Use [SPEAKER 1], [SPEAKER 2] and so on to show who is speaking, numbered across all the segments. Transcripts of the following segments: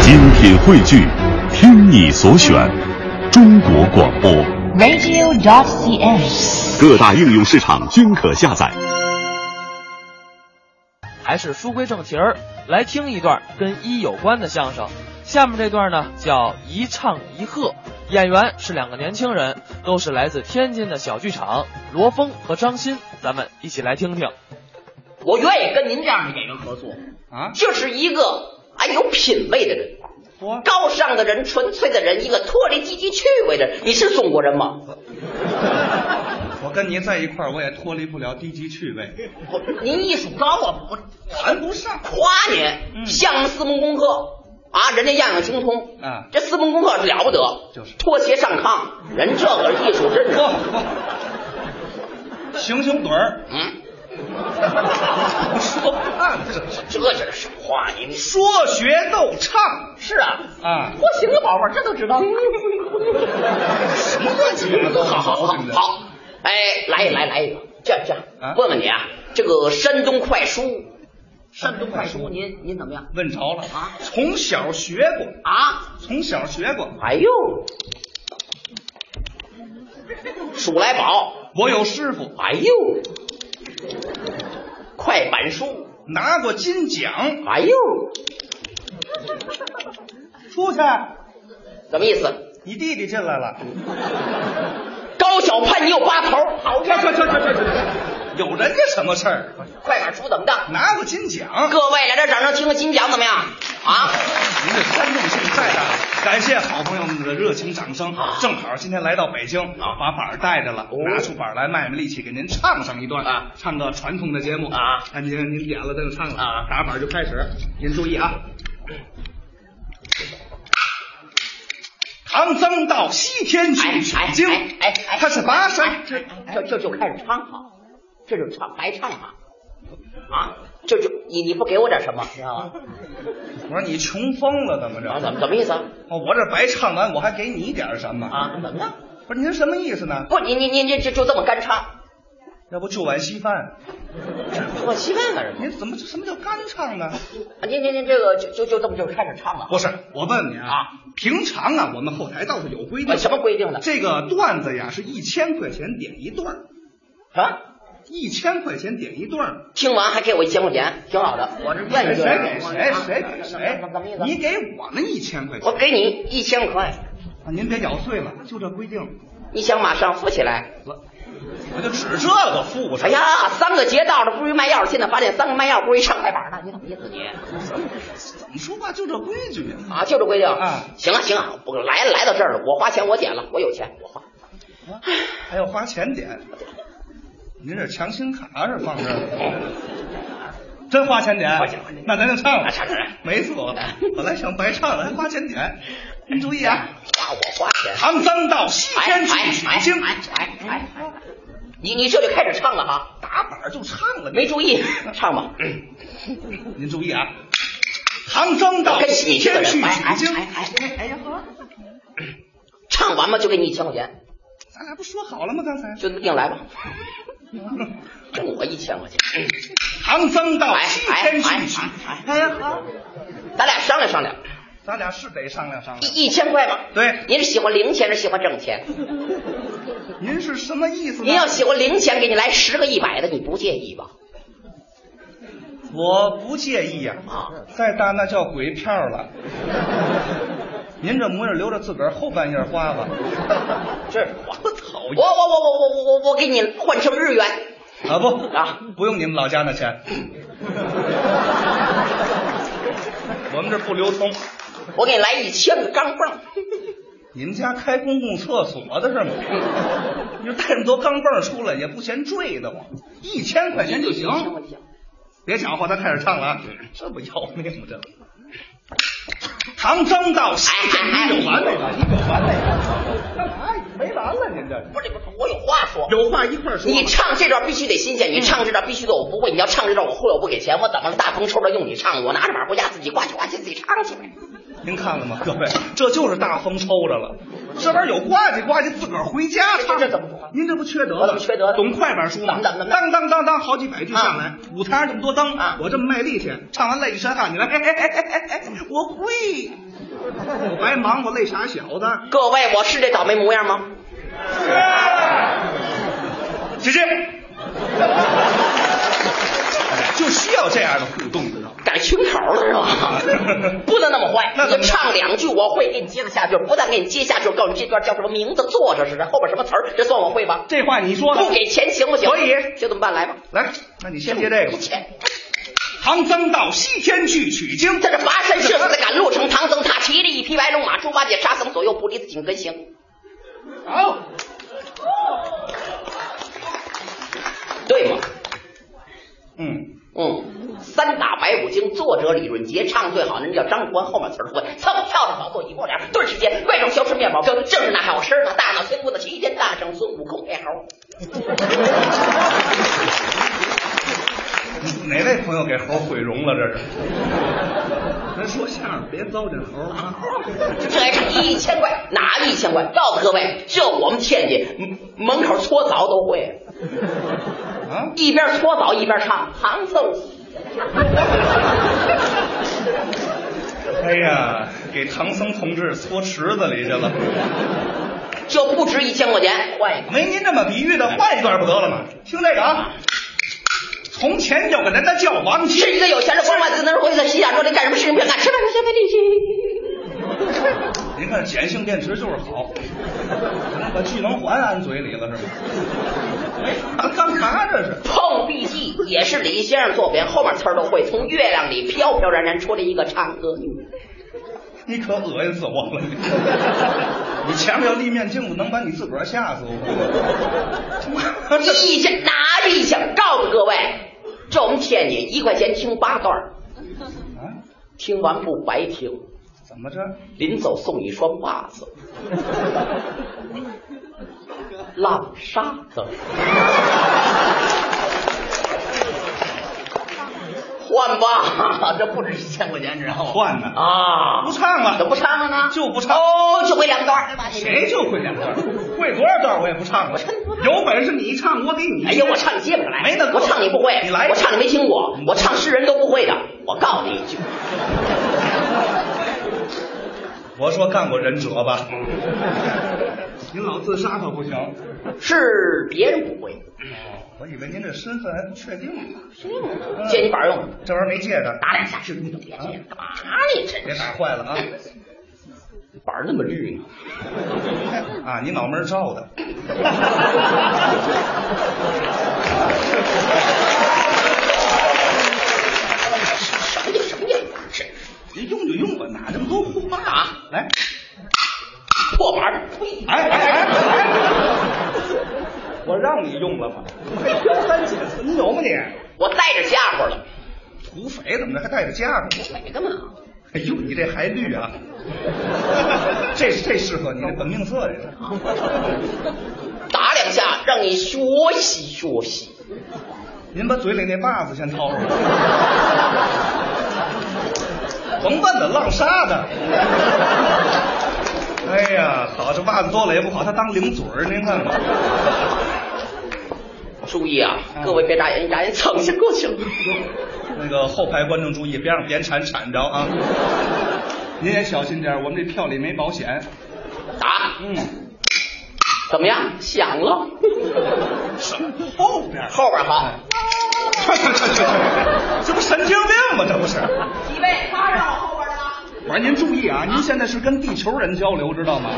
[SPEAKER 1] 精品汇聚，听你所选，中国广播。
[SPEAKER 2] radio.cn。
[SPEAKER 1] 各大应用市场均可下载。
[SPEAKER 3] 还是书归正题儿，来听一段跟一有关的相声。下面这段呢叫一唱一和，演员是两个年轻人，都是来自天津的小剧场，罗峰和张鑫，咱们一起来听听。
[SPEAKER 4] 我愿意跟您这样的演员合作
[SPEAKER 5] 啊
[SPEAKER 4] 这是一个哎有品位的人，
[SPEAKER 5] 我
[SPEAKER 4] 高尚的人，纯粹的人，一个脱离积极趣味的人。你是中国人吗？
[SPEAKER 5] 我跟您在一块儿，我也脱离不了低级趣味，
[SPEAKER 4] 我呃您艺术高啊，我
[SPEAKER 5] 谈不上。
[SPEAKER 4] 夸你，
[SPEAKER 5] 嗯
[SPEAKER 4] 像四门功课啊，人家样样精通
[SPEAKER 5] 啊
[SPEAKER 4] 这四门功课了不得，
[SPEAKER 5] 就是
[SPEAKER 4] 脱鞋上炕，人这个艺 术真是，
[SPEAKER 5] 嚯，行行盹儿，
[SPEAKER 4] 嗯，
[SPEAKER 5] 胡说八道，这是
[SPEAKER 4] 这就是什么话？你
[SPEAKER 5] 说学逗唱
[SPEAKER 4] 是啊
[SPEAKER 5] 啊
[SPEAKER 4] 我行了，宝贝儿，这都知道。
[SPEAKER 5] 什么乱七八糟的
[SPEAKER 4] 好好好
[SPEAKER 5] 对不对
[SPEAKER 4] 好，哎，来一个来来一个，这样这样，
[SPEAKER 5] 啊
[SPEAKER 4] 问问你啊，这个山东快书，山
[SPEAKER 5] 山
[SPEAKER 4] 东
[SPEAKER 5] 东
[SPEAKER 4] 快
[SPEAKER 5] 快
[SPEAKER 4] 书，
[SPEAKER 5] 书
[SPEAKER 4] 您您怎么样
[SPEAKER 5] 问着了
[SPEAKER 4] 啊
[SPEAKER 5] 从小学过，
[SPEAKER 4] 啊？
[SPEAKER 5] 从小学过，
[SPEAKER 4] 哎呦，数来宝，
[SPEAKER 5] 我有师傅
[SPEAKER 4] 哎呦，快板书，
[SPEAKER 5] 拿过金奖。
[SPEAKER 4] 哎呦，
[SPEAKER 5] 出去，
[SPEAKER 4] 什么意思？
[SPEAKER 5] 你弟弟进来了。
[SPEAKER 4] 高小盼你有八头，好
[SPEAKER 5] 这这这这这，有人家什么事儿？
[SPEAKER 4] 快板书怎么的？
[SPEAKER 5] 拿过金奖。
[SPEAKER 4] 各位来这掌声听个金奖怎么样？啊？
[SPEAKER 5] 您这煽动性太大了，啊感谢好朋友们的热情掌声。正好今天来到北京，
[SPEAKER 4] 啊
[SPEAKER 5] 把板儿带着了，拿出板儿来卖卖力气，给您唱上一段
[SPEAKER 4] 哦啊，
[SPEAKER 5] 唱个传统的节目哎
[SPEAKER 4] 啊
[SPEAKER 5] 看您您点了，咱就唱了
[SPEAKER 4] 啊
[SPEAKER 5] 打板儿就开始，您注意啊。唐僧到西天去取经，
[SPEAKER 4] 哎哎哎哎
[SPEAKER 5] 他是跋山之
[SPEAKER 4] 这这就开始唱好，这就唱白唱啊啊！这就你你不给我点什么，知道吗？
[SPEAKER 5] 我说你穷疯了，怎么着？
[SPEAKER 4] 啊，怎么怎么意思啊？
[SPEAKER 5] 哦我这白唱完，我还给你点儿什么？
[SPEAKER 4] 啊，怎么了？
[SPEAKER 5] 不是您什么意思呢？
[SPEAKER 4] 不，你你你你就就这么干唱，
[SPEAKER 5] 要不就碗稀饭。
[SPEAKER 4] 我稀饭干什么？
[SPEAKER 5] 您怎么什么叫干唱呢？
[SPEAKER 4] 啊你你你这个就就就这么就开始唱了？
[SPEAKER 5] 不是，我问你啊，平常啊，我们后台倒是有规定，
[SPEAKER 4] 我什么规定呢？
[SPEAKER 5] 这个段子呀是一千块钱点一段儿，
[SPEAKER 4] 啊，
[SPEAKER 5] 一千块钱点一段儿，
[SPEAKER 4] 听完还给我一千块钱，挺好的，我是愿意这
[SPEAKER 5] 谁
[SPEAKER 4] 样
[SPEAKER 5] 给
[SPEAKER 4] 我
[SPEAKER 5] 谁
[SPEAKER 4] 啊
[SPEAKER 5] 谁给谁
[SPEAKER 4] 怎么怎么意，
[SPEAKER 5] 你
[SPEAKER 4] 思？啊
[SPEAKER 5] 给我们一千块
[SPEAKER 4] 我
[SPEAKER 5] 钱，
[SPEAKER 4] 给你一千块，
[SPEAKER 5] 啊您别咬碎了，就这规定，
[SPEAKER 4] 你想马上富起来？
[SPEAKER 5] 我就指这个付
[SPEAKER 4] 哎呀，三个劫道的不如卖药的，现在发现三个卖药不如一上快板的，你怎么意思你？
[SPEAKER 5] 怎么说话就这规矩呀？
[SPEAKER 4] 啊，就这规定。
[SPEAKER 5] 啊
[SPEAKER 4] 行了行了，我来来到这儿了，我花钱我捡了，我有钱我花。
[SPEAKER 5] 啊还要花钱点，您这强心卡是放这儿了？真花钱点
[SPEAKER 4] 哦花钱花钱，
[SPEAKER 5] 那咱就唱了
[SPEAKER 4] 啊唱唱唱，
[SPEAKER 5] 没错， 本来想白唱了，还花钱点，您注意啊！
[SPEAKER 4] 花我花钱。
[SPEAKER 5] 唐僧到西
[SPEAKER 4] 哎
[SPEAKER 5] 天
[SPEAKER 4] 哎
[SPEAKER 5] 去取经，
[SPEAKER 4] 哎哎哎哎哎！你你这就开始唱了哈，
[SPEAKER 5] 打板儿就唱了。
[SPEAKER 4] 没注意，唱吧。
[SPEAKER 5] 您注意啊！唐僧
[SPEAKER 4] 我
[SPEAKER 5] 嗯到
[SPEAKER 4] 跟
[SPEAKER 5] 西
[SPEAKER 4] 你这个
[SPEAKER 5] 天去
[SPEAKER 4] 人，哎哎
[SPEAKER 5] 取经，
[SPEAKER 4] 哎哎哎呀呵，唱完嘛就给你一千块钱，
[SPEAKER 5] 咱俩不说好了吗？刚才
[SPEAKER 4] 就定来吧，挣我一千块钱。
[SPEAKER 5] 嗯唐僧到
[SPEAKER 4] 哎
[SPEAKER 5] 西
[SPEAKER 4] 哎
[SPEAKER 5] 天
[SPEAKER 4] 哎
[SPEAKER 5] 去取，
[SPEAKER 4] 哎
[SPEAKER 5] 哎呀呵，
[SPEAKER 4] 咱俩商量商量，
[SPEAKER 5] 咱俩是得商量商量。
[SPEAKER 4] 一一千块吧。
[SPEAKER 5] 对
[SPEAKER 4] 您是喜欢零钱，是喜欢挣钱？
[SPEAKER 5] 您是什么意思呢？
[SPEAKER 4] 嗯您要喜欢零钱，给你来十个一百的，你不介意吧？
[SPEAKER 5] 我不介意呀、
[SPEAKER 4] 啊
[SPEAKER 5] 再大那叫鬼票了。您这模样留着自个儿后半夜花吧。
[SPEAKER 4] 这是
[SPEAKER 5] 我
[SPEAKER 4] 我
[SPEAKER 5] 讨
[SPEAKER 4] 我我我我我我我我给你换成日元，
[SPEAKER 5] 厌啊不
[SPEAKER 4] 啊，
[SPEAKER 5] 不用你们老家那钱， 我们这不流通。
[SPEAKER 4] 我给你来一千个钢镚儿，
[SPEAKER 5] 你们家开公共厕所的是吗？ 你说带这么多钢镚儿出来也不嫌坠的慌，一千块钱就行。别讲话，他开始唱了啊！这不要命吗？这哎唐僧到西天，
[SPEAKER 4] 哎哎哎
[SPEAKER 5] 你有完没完？你有完没完？干嘛呀？哎没完了，您这
[SPEAKER 4] 不是不是，我有话说。
[SPEAKER 5] 有话一块儿说吧。
[SPEAKER 4] 你唱这段必须得新鲜，你唱这段必须得我不会。你要唱这段我会，我不给钱，我怎么了？大风抽着用你唱，我拿着
[SPEAKER 5] 嗯
[SPEAKER 4] 板回家自己呱唧呱唧自己唱起来。
[SPEAKER 5] 您看了吗，各位？这就是大风抽着了，这玩意儿有呱唧呱唧，自个儿回家唱。
[SPEAKER 4] 这这怎么不好
[SPEAKER 5] 您这不缺德
[SPEAKER 4] 我怎么缺德了
[SPEAKER 5] 懂快板书吗？
[SPEAKER 4] 怎么怎么怎么
[SPEAKER 5] 当当当当，好几百句上来
[SPEAKER 4] 啊，
[SPEAKER 5] 舞台上这么多当
[SPEAKER 4] 啊
[SPEAKER 5] 我这么卖力气，唱完累一身汗，你来，哎哎哎哎哎哎，我会，我白忙活，累傻小子。
[SPEAKER 4] 各位，我是这倒霉模样吗？
[SPEAKER 5] 姐姐，就需要这样的互动，知道吗？
[SPEAKER 4] 改群口了是 吧？不能那么坏，
[SPEAKER 5] 那怎么
[SPEAKER 4] 你唱两句我会，给你接着下句，不但给你接下句，告诉你这段叫什么名字、作者是谁，后边什么词儿，这算我会吧？
[SPEAKER 5] 这话你说的
[SPEAKER 4] 不，给钱行不行？
[SPEAKER 5] 可以
[SPEAKER 4] 就这么办，来吧。
[SPEAKER 5] 来，那你先接这个吧
[SPEAKER 4] 不。钱，
[SPEAKER 5] 唐僧到西天去取经，
[SPEAKER 4] 在这跋山涉水的赶路程，唐僧他骑着一匹白龙马，猪八戒沙僧左右不离的紧跟行。
[SPEAKER 5] 好，
[SPEAKER 4] 对吗？
[SPEAKER 5] 嗯，
[SPEAKER 4] 嗯，三打白骨精，作者李润杰，唱最好那人叫张关，后面词儿会，蹭跳着跑做一波脸，顿时间怪种消失面貌更，正是那好声呢，大闹天宫的齐天大圣孙悟空哎配猴。
[SPEAKER 5] 哪位朋友给猴毁容了？这是。咱说相声别糟践猴啊！
[SPEAKER 4] 这还是一千块，哪一千块？告诉各位，这我们欠去，门门口搓澡都会，
[SPEAKER 5] 啊，
[SPEAKER 4] 一边搓澡一边唱唐僧。
[SPEAKER 5] 哎呀，给唐僧同志搓池子里去了。
[SPEAKER 4] 这不值一千块钱，换一个。
[SPEAKER 5] 没您这么比喻的，换一段不得了吗？听这个啊，从前有个人，他叫王七。
[SPEAKER 4] 是一个有钱的官宦子弟儿回到西夏说：“这干什么事情？别干，吃饭吃饭去。
[SPEAKER 5] 您看碱性电池就是好，把聚能环安嘴里了是吗？哎，干嘛这是？”
[SPEAKER 4] 碰壁记也是李先生作品，后面词儿都会。从月亮里飘飘然然出来一个唱歌女，
[SPEAKER 5] 你可恶心死我了！你你前面要立面镜子，能把你自个儿吓死我！这
[SPEAKER 4] 一千哪一千？告诉各位，这我们欠你一块钱听八段儿，
[SPEAKER 5] 啊，
[SPEAKER 4] 听完不白听。
[SPEAKER 5] 怎么这？
[SPEAKER 4] 临走送一双袜子，浪沙子。换吧，这不止一千块钱，知道吗？
[SPEAKER 5] 换呢
[SPEAKER 4] 啊
[SPEAKER 5] 不，唱了，
[SPEAKER 4] 怎么不唱了呢？
[SPEAKER 5] 就不唱
[SPEAKER 4] 哦，就会两段，对吧？
[SPEAKER 5] 谁就会两段？会多少段我也不唱了。有本事你唱，我给你。
[SPEAKER 4] 哎呀，我唱你接不上来，
[SPEAKER 5] 没得
[SPEAKER 4] 我唱你不会，
[SPEAKER 5] 你来一
[SPEAKER 4] 我
[SPEAKER 5] 个
[SPEAKER 4] 唱你没听过，我唱诗人都不会的。我告诉你一句，
[SPEAKER 5] 我说干过忍者 吧，您老自杀可不行。
[SPEAKER 4] 是别人不会，
[SPEAKER 5] 我以为您这身份还不确定呢。嗯
[SPEAKER 4] 借你板儿用，哎
[SPEAKER 5] 这玩意儿没借着，啊
[SPEAKER 4] 打两下是你别这样，干嘛呢？真
[SPEAKER 5] 别
[SPEAKER 4] 是
[SPEAKER 5] 打坏了啊！
[SPEAKER 4] 板儿那么绿呢。
[SPEAKER 5] 啊，你脑门儿照的。
[SPEAKER 4] 什么呀什么呀，真是
[SPEAKER 5] 你用就用吧，哪那么多胡话
[SPEAKER 4] 啊？
[SPEAKER 5] 来，
[SPEAKER 4] 破板儿呸！
[SPEAKER 5] 哎哎哎哎！我让你用了吗？挑三拣四，你有吗你？
[SPEAKER 4] 我带着家伙了，
[SPEAKER 5] 土匪怎么着还带着家伙？
[SPEAKER 4] 美干嘛？啊
[SPEAKER 5] 哎呦，你这还绿啊！ 这这适合你，这本命色这是。
[SPEAKER 4] 打两下让你学习学习。
[SPEAKER 5] 您把嘴里那把子先掏出来。甭问了，浪沙的。哎呀，好，这袜子多了也不好，它当零嘴儿，您看吧。
[SPEAKER 4] 注意啊
[SPEAKER 5] 嗯，
[SPEAKER 4] 各位别眨眼，一眨眼蹭下过去了。
[SPEAKER 5] 那个后排观众注意，别让别人铲铲着啊！您也小心点儿，我们这票里没保险。
[SPEAKER 4] 打，
[SPEAKER 5] 嗯，
[SPEAKER 4] 怎么样？响了。
[SPEAKER 5] 后边儿，啊
[SPEAKER 4] 后边好，
[SPEAKER 5] 这这这 这，这不神经病吗？这不是。
[SPEAKER 4] 几位趴着往后边了。
[SPEAKER 5] 我说您注意啊，您现在是跟地球人交流，知道 吗？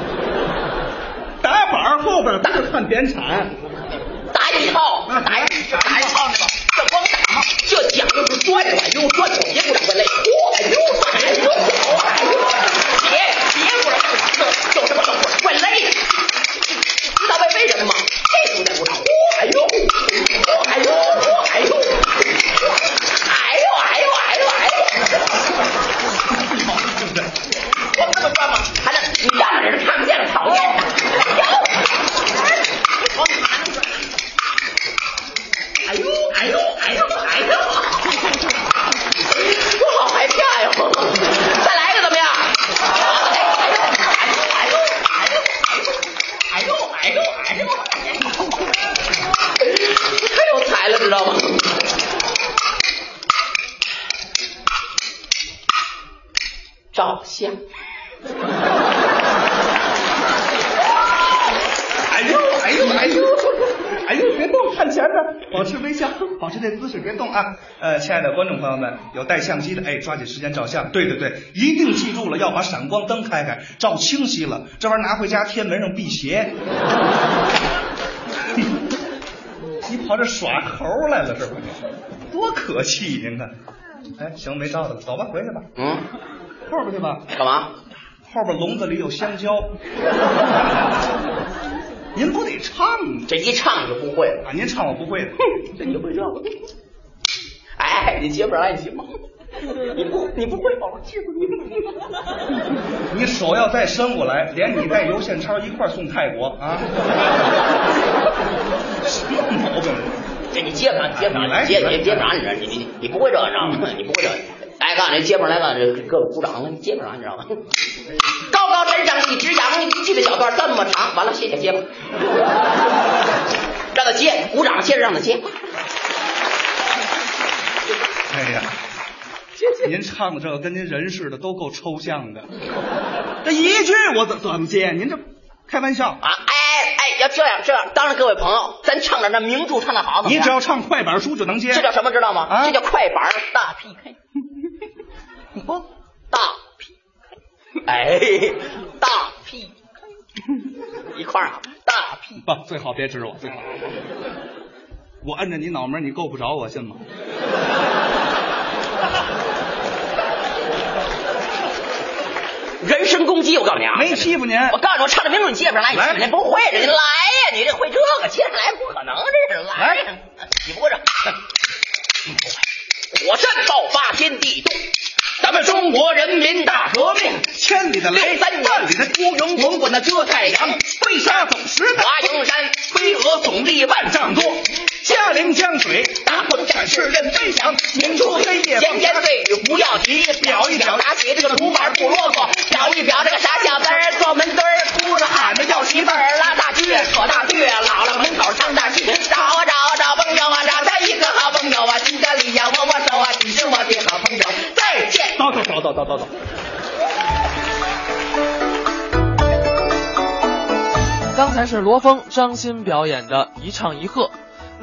[SPEAKER 5] 打板儿后边儿大看别人 铲，
[SPEAKER 4] 打一套，
[SPEAKER 5] 嗯
[SPEAKER 4] 打一打一套那个，这光打吗？这讲究是钻来又钻走，结果两个嘞，嚯，又转来又走，哎呦，别别过来，这有什么可不怪累的？知道为为什么吗？这种在鼓掌，嚯，哎呦，哎呦，哎呦，哎呦，哎呦，哎呦，哎呦，我们这么转吗？还得你站着人看不见了，讨厌。哎呦哎呦哎呦哎呦！我好害怕呀！香。
[SPEAKER 5] 哎呦哎呦哎呦哎呦！别动，看前面，保持微笑，保持这姿势，别动啊！呃，亲爱的观众朋友们，有带相机的，哎，抓紧时间照相。对对对，一定记住了，要把闪光灯开开，照清晰了。这玩意儿拿回家贴门上辟邪。 你跑这耍猴来了是吧？多可气！您看，哎，行，没照的，走吧，回去吧，
[SPEAKER 4] 嗯，
[SPEAKER 5] 后边去吧。
[SPEAKER 4] 干嘛？
[SPEAKER 5] 后边笼子里有香蕉， 您不得唱吗
[SPEAKER 4] 这一唱就不会了。
[SPEAKER 5] 啊？您唱我不会的。
[SPEAKER 4] 哼，这你会这个？哎，你接不上爱情吗？你不， 你不会保持
[SPEAKER 5] 你手要再伸过来，连你带油线超一块儿送泰国啊！什么毛病？
[SPEAKER 4] 这你接不上，接不上，
[SPEAKER 5] 你来
[SPEAKER 4] 接
[SPEAKER 5] 你来
[SPEAKER 4] 接接不上，你知道？你你你不会这，你知道吗？你不会这。哎，告诉你，接不上来了，这各种鼓掌了，你接不上，你知道吗？高高山上一只羊，一句的小段这么长，完了，谢谢接吧，让他接，鼓掌，接着让他接。
[SPEAKER 5] 哎呀，您唱的这个跟您人似的，都够抽象的。这一句我怎怎么接？您这开玩笑？
[SPEAKER 4] 啊，哎哎，要这样这样，当着各位朋友，咱唱点那名著，唱的好，怎么
[SPEAKER 5] 你
[SPEAKER 4] 样？
[SPEAKER 5] 只要唱快板书就能接。
[SPEAKER 4] 这叫什么知道吗？
[SPEAKER 5] 啊
[SPEAKER 4] 这叫快板儿大 PK。大
[SPEAKER 5] 哦
[SPEAKER 4] PK，哎， 大 PK，一块儿啊，大 P，
[SPEAKER 5] 不，最好别指我，最好。我摁着你脑门，你够不着我，信吗？
[SPEAKER 4] 人身攻击，我告诉你啊，
[SPEAKER 5] 没欺负您。
[SPEAKER 4] 我告诉你，我唱这名字你接不上来，
[SPEAKER 5] 来
[SPEAKER 4] 你你不会，人家来呀，你这会这个接上来不可能，这是来呀，你不会这，火山爆发天地动，咱们中国人民大革命。
[SPEAKER 5] 千里的
[SPEAKER 4] 雷
[SPEAKER 5] 雷，
[SPEAKER 4] 三
[SPEAKER 5] 万里的
[SPEAKER 4] 孤勇滚滚的遮太阳，
[SPEAKER 5] 飞沙走石的
[SPEAKER 4] 华蓥山飞蛾耸立万丈多，
[SPEAKER 5] 嘉陵江水，
[SPEAKER 4] 打滚展翅任飞翔，明珠黑夜闲言碎语不要急，表一表拿起这个竹板不啰嗦，表一表这个傻小子儿撞门墩儿，哭着喊着要媳妇儿，拉大锯扯大锯，姥姥门口唱大戏，找啊找啊找朋友啊，找到一个好朋友啊，记得你呀握握手啊，你是我的好朋友，再见。
[SPEAKER 5] 走走走走走走走。
[SPEAKER 3] 刚才是罗峰、张鑫表演的《一唱一和》，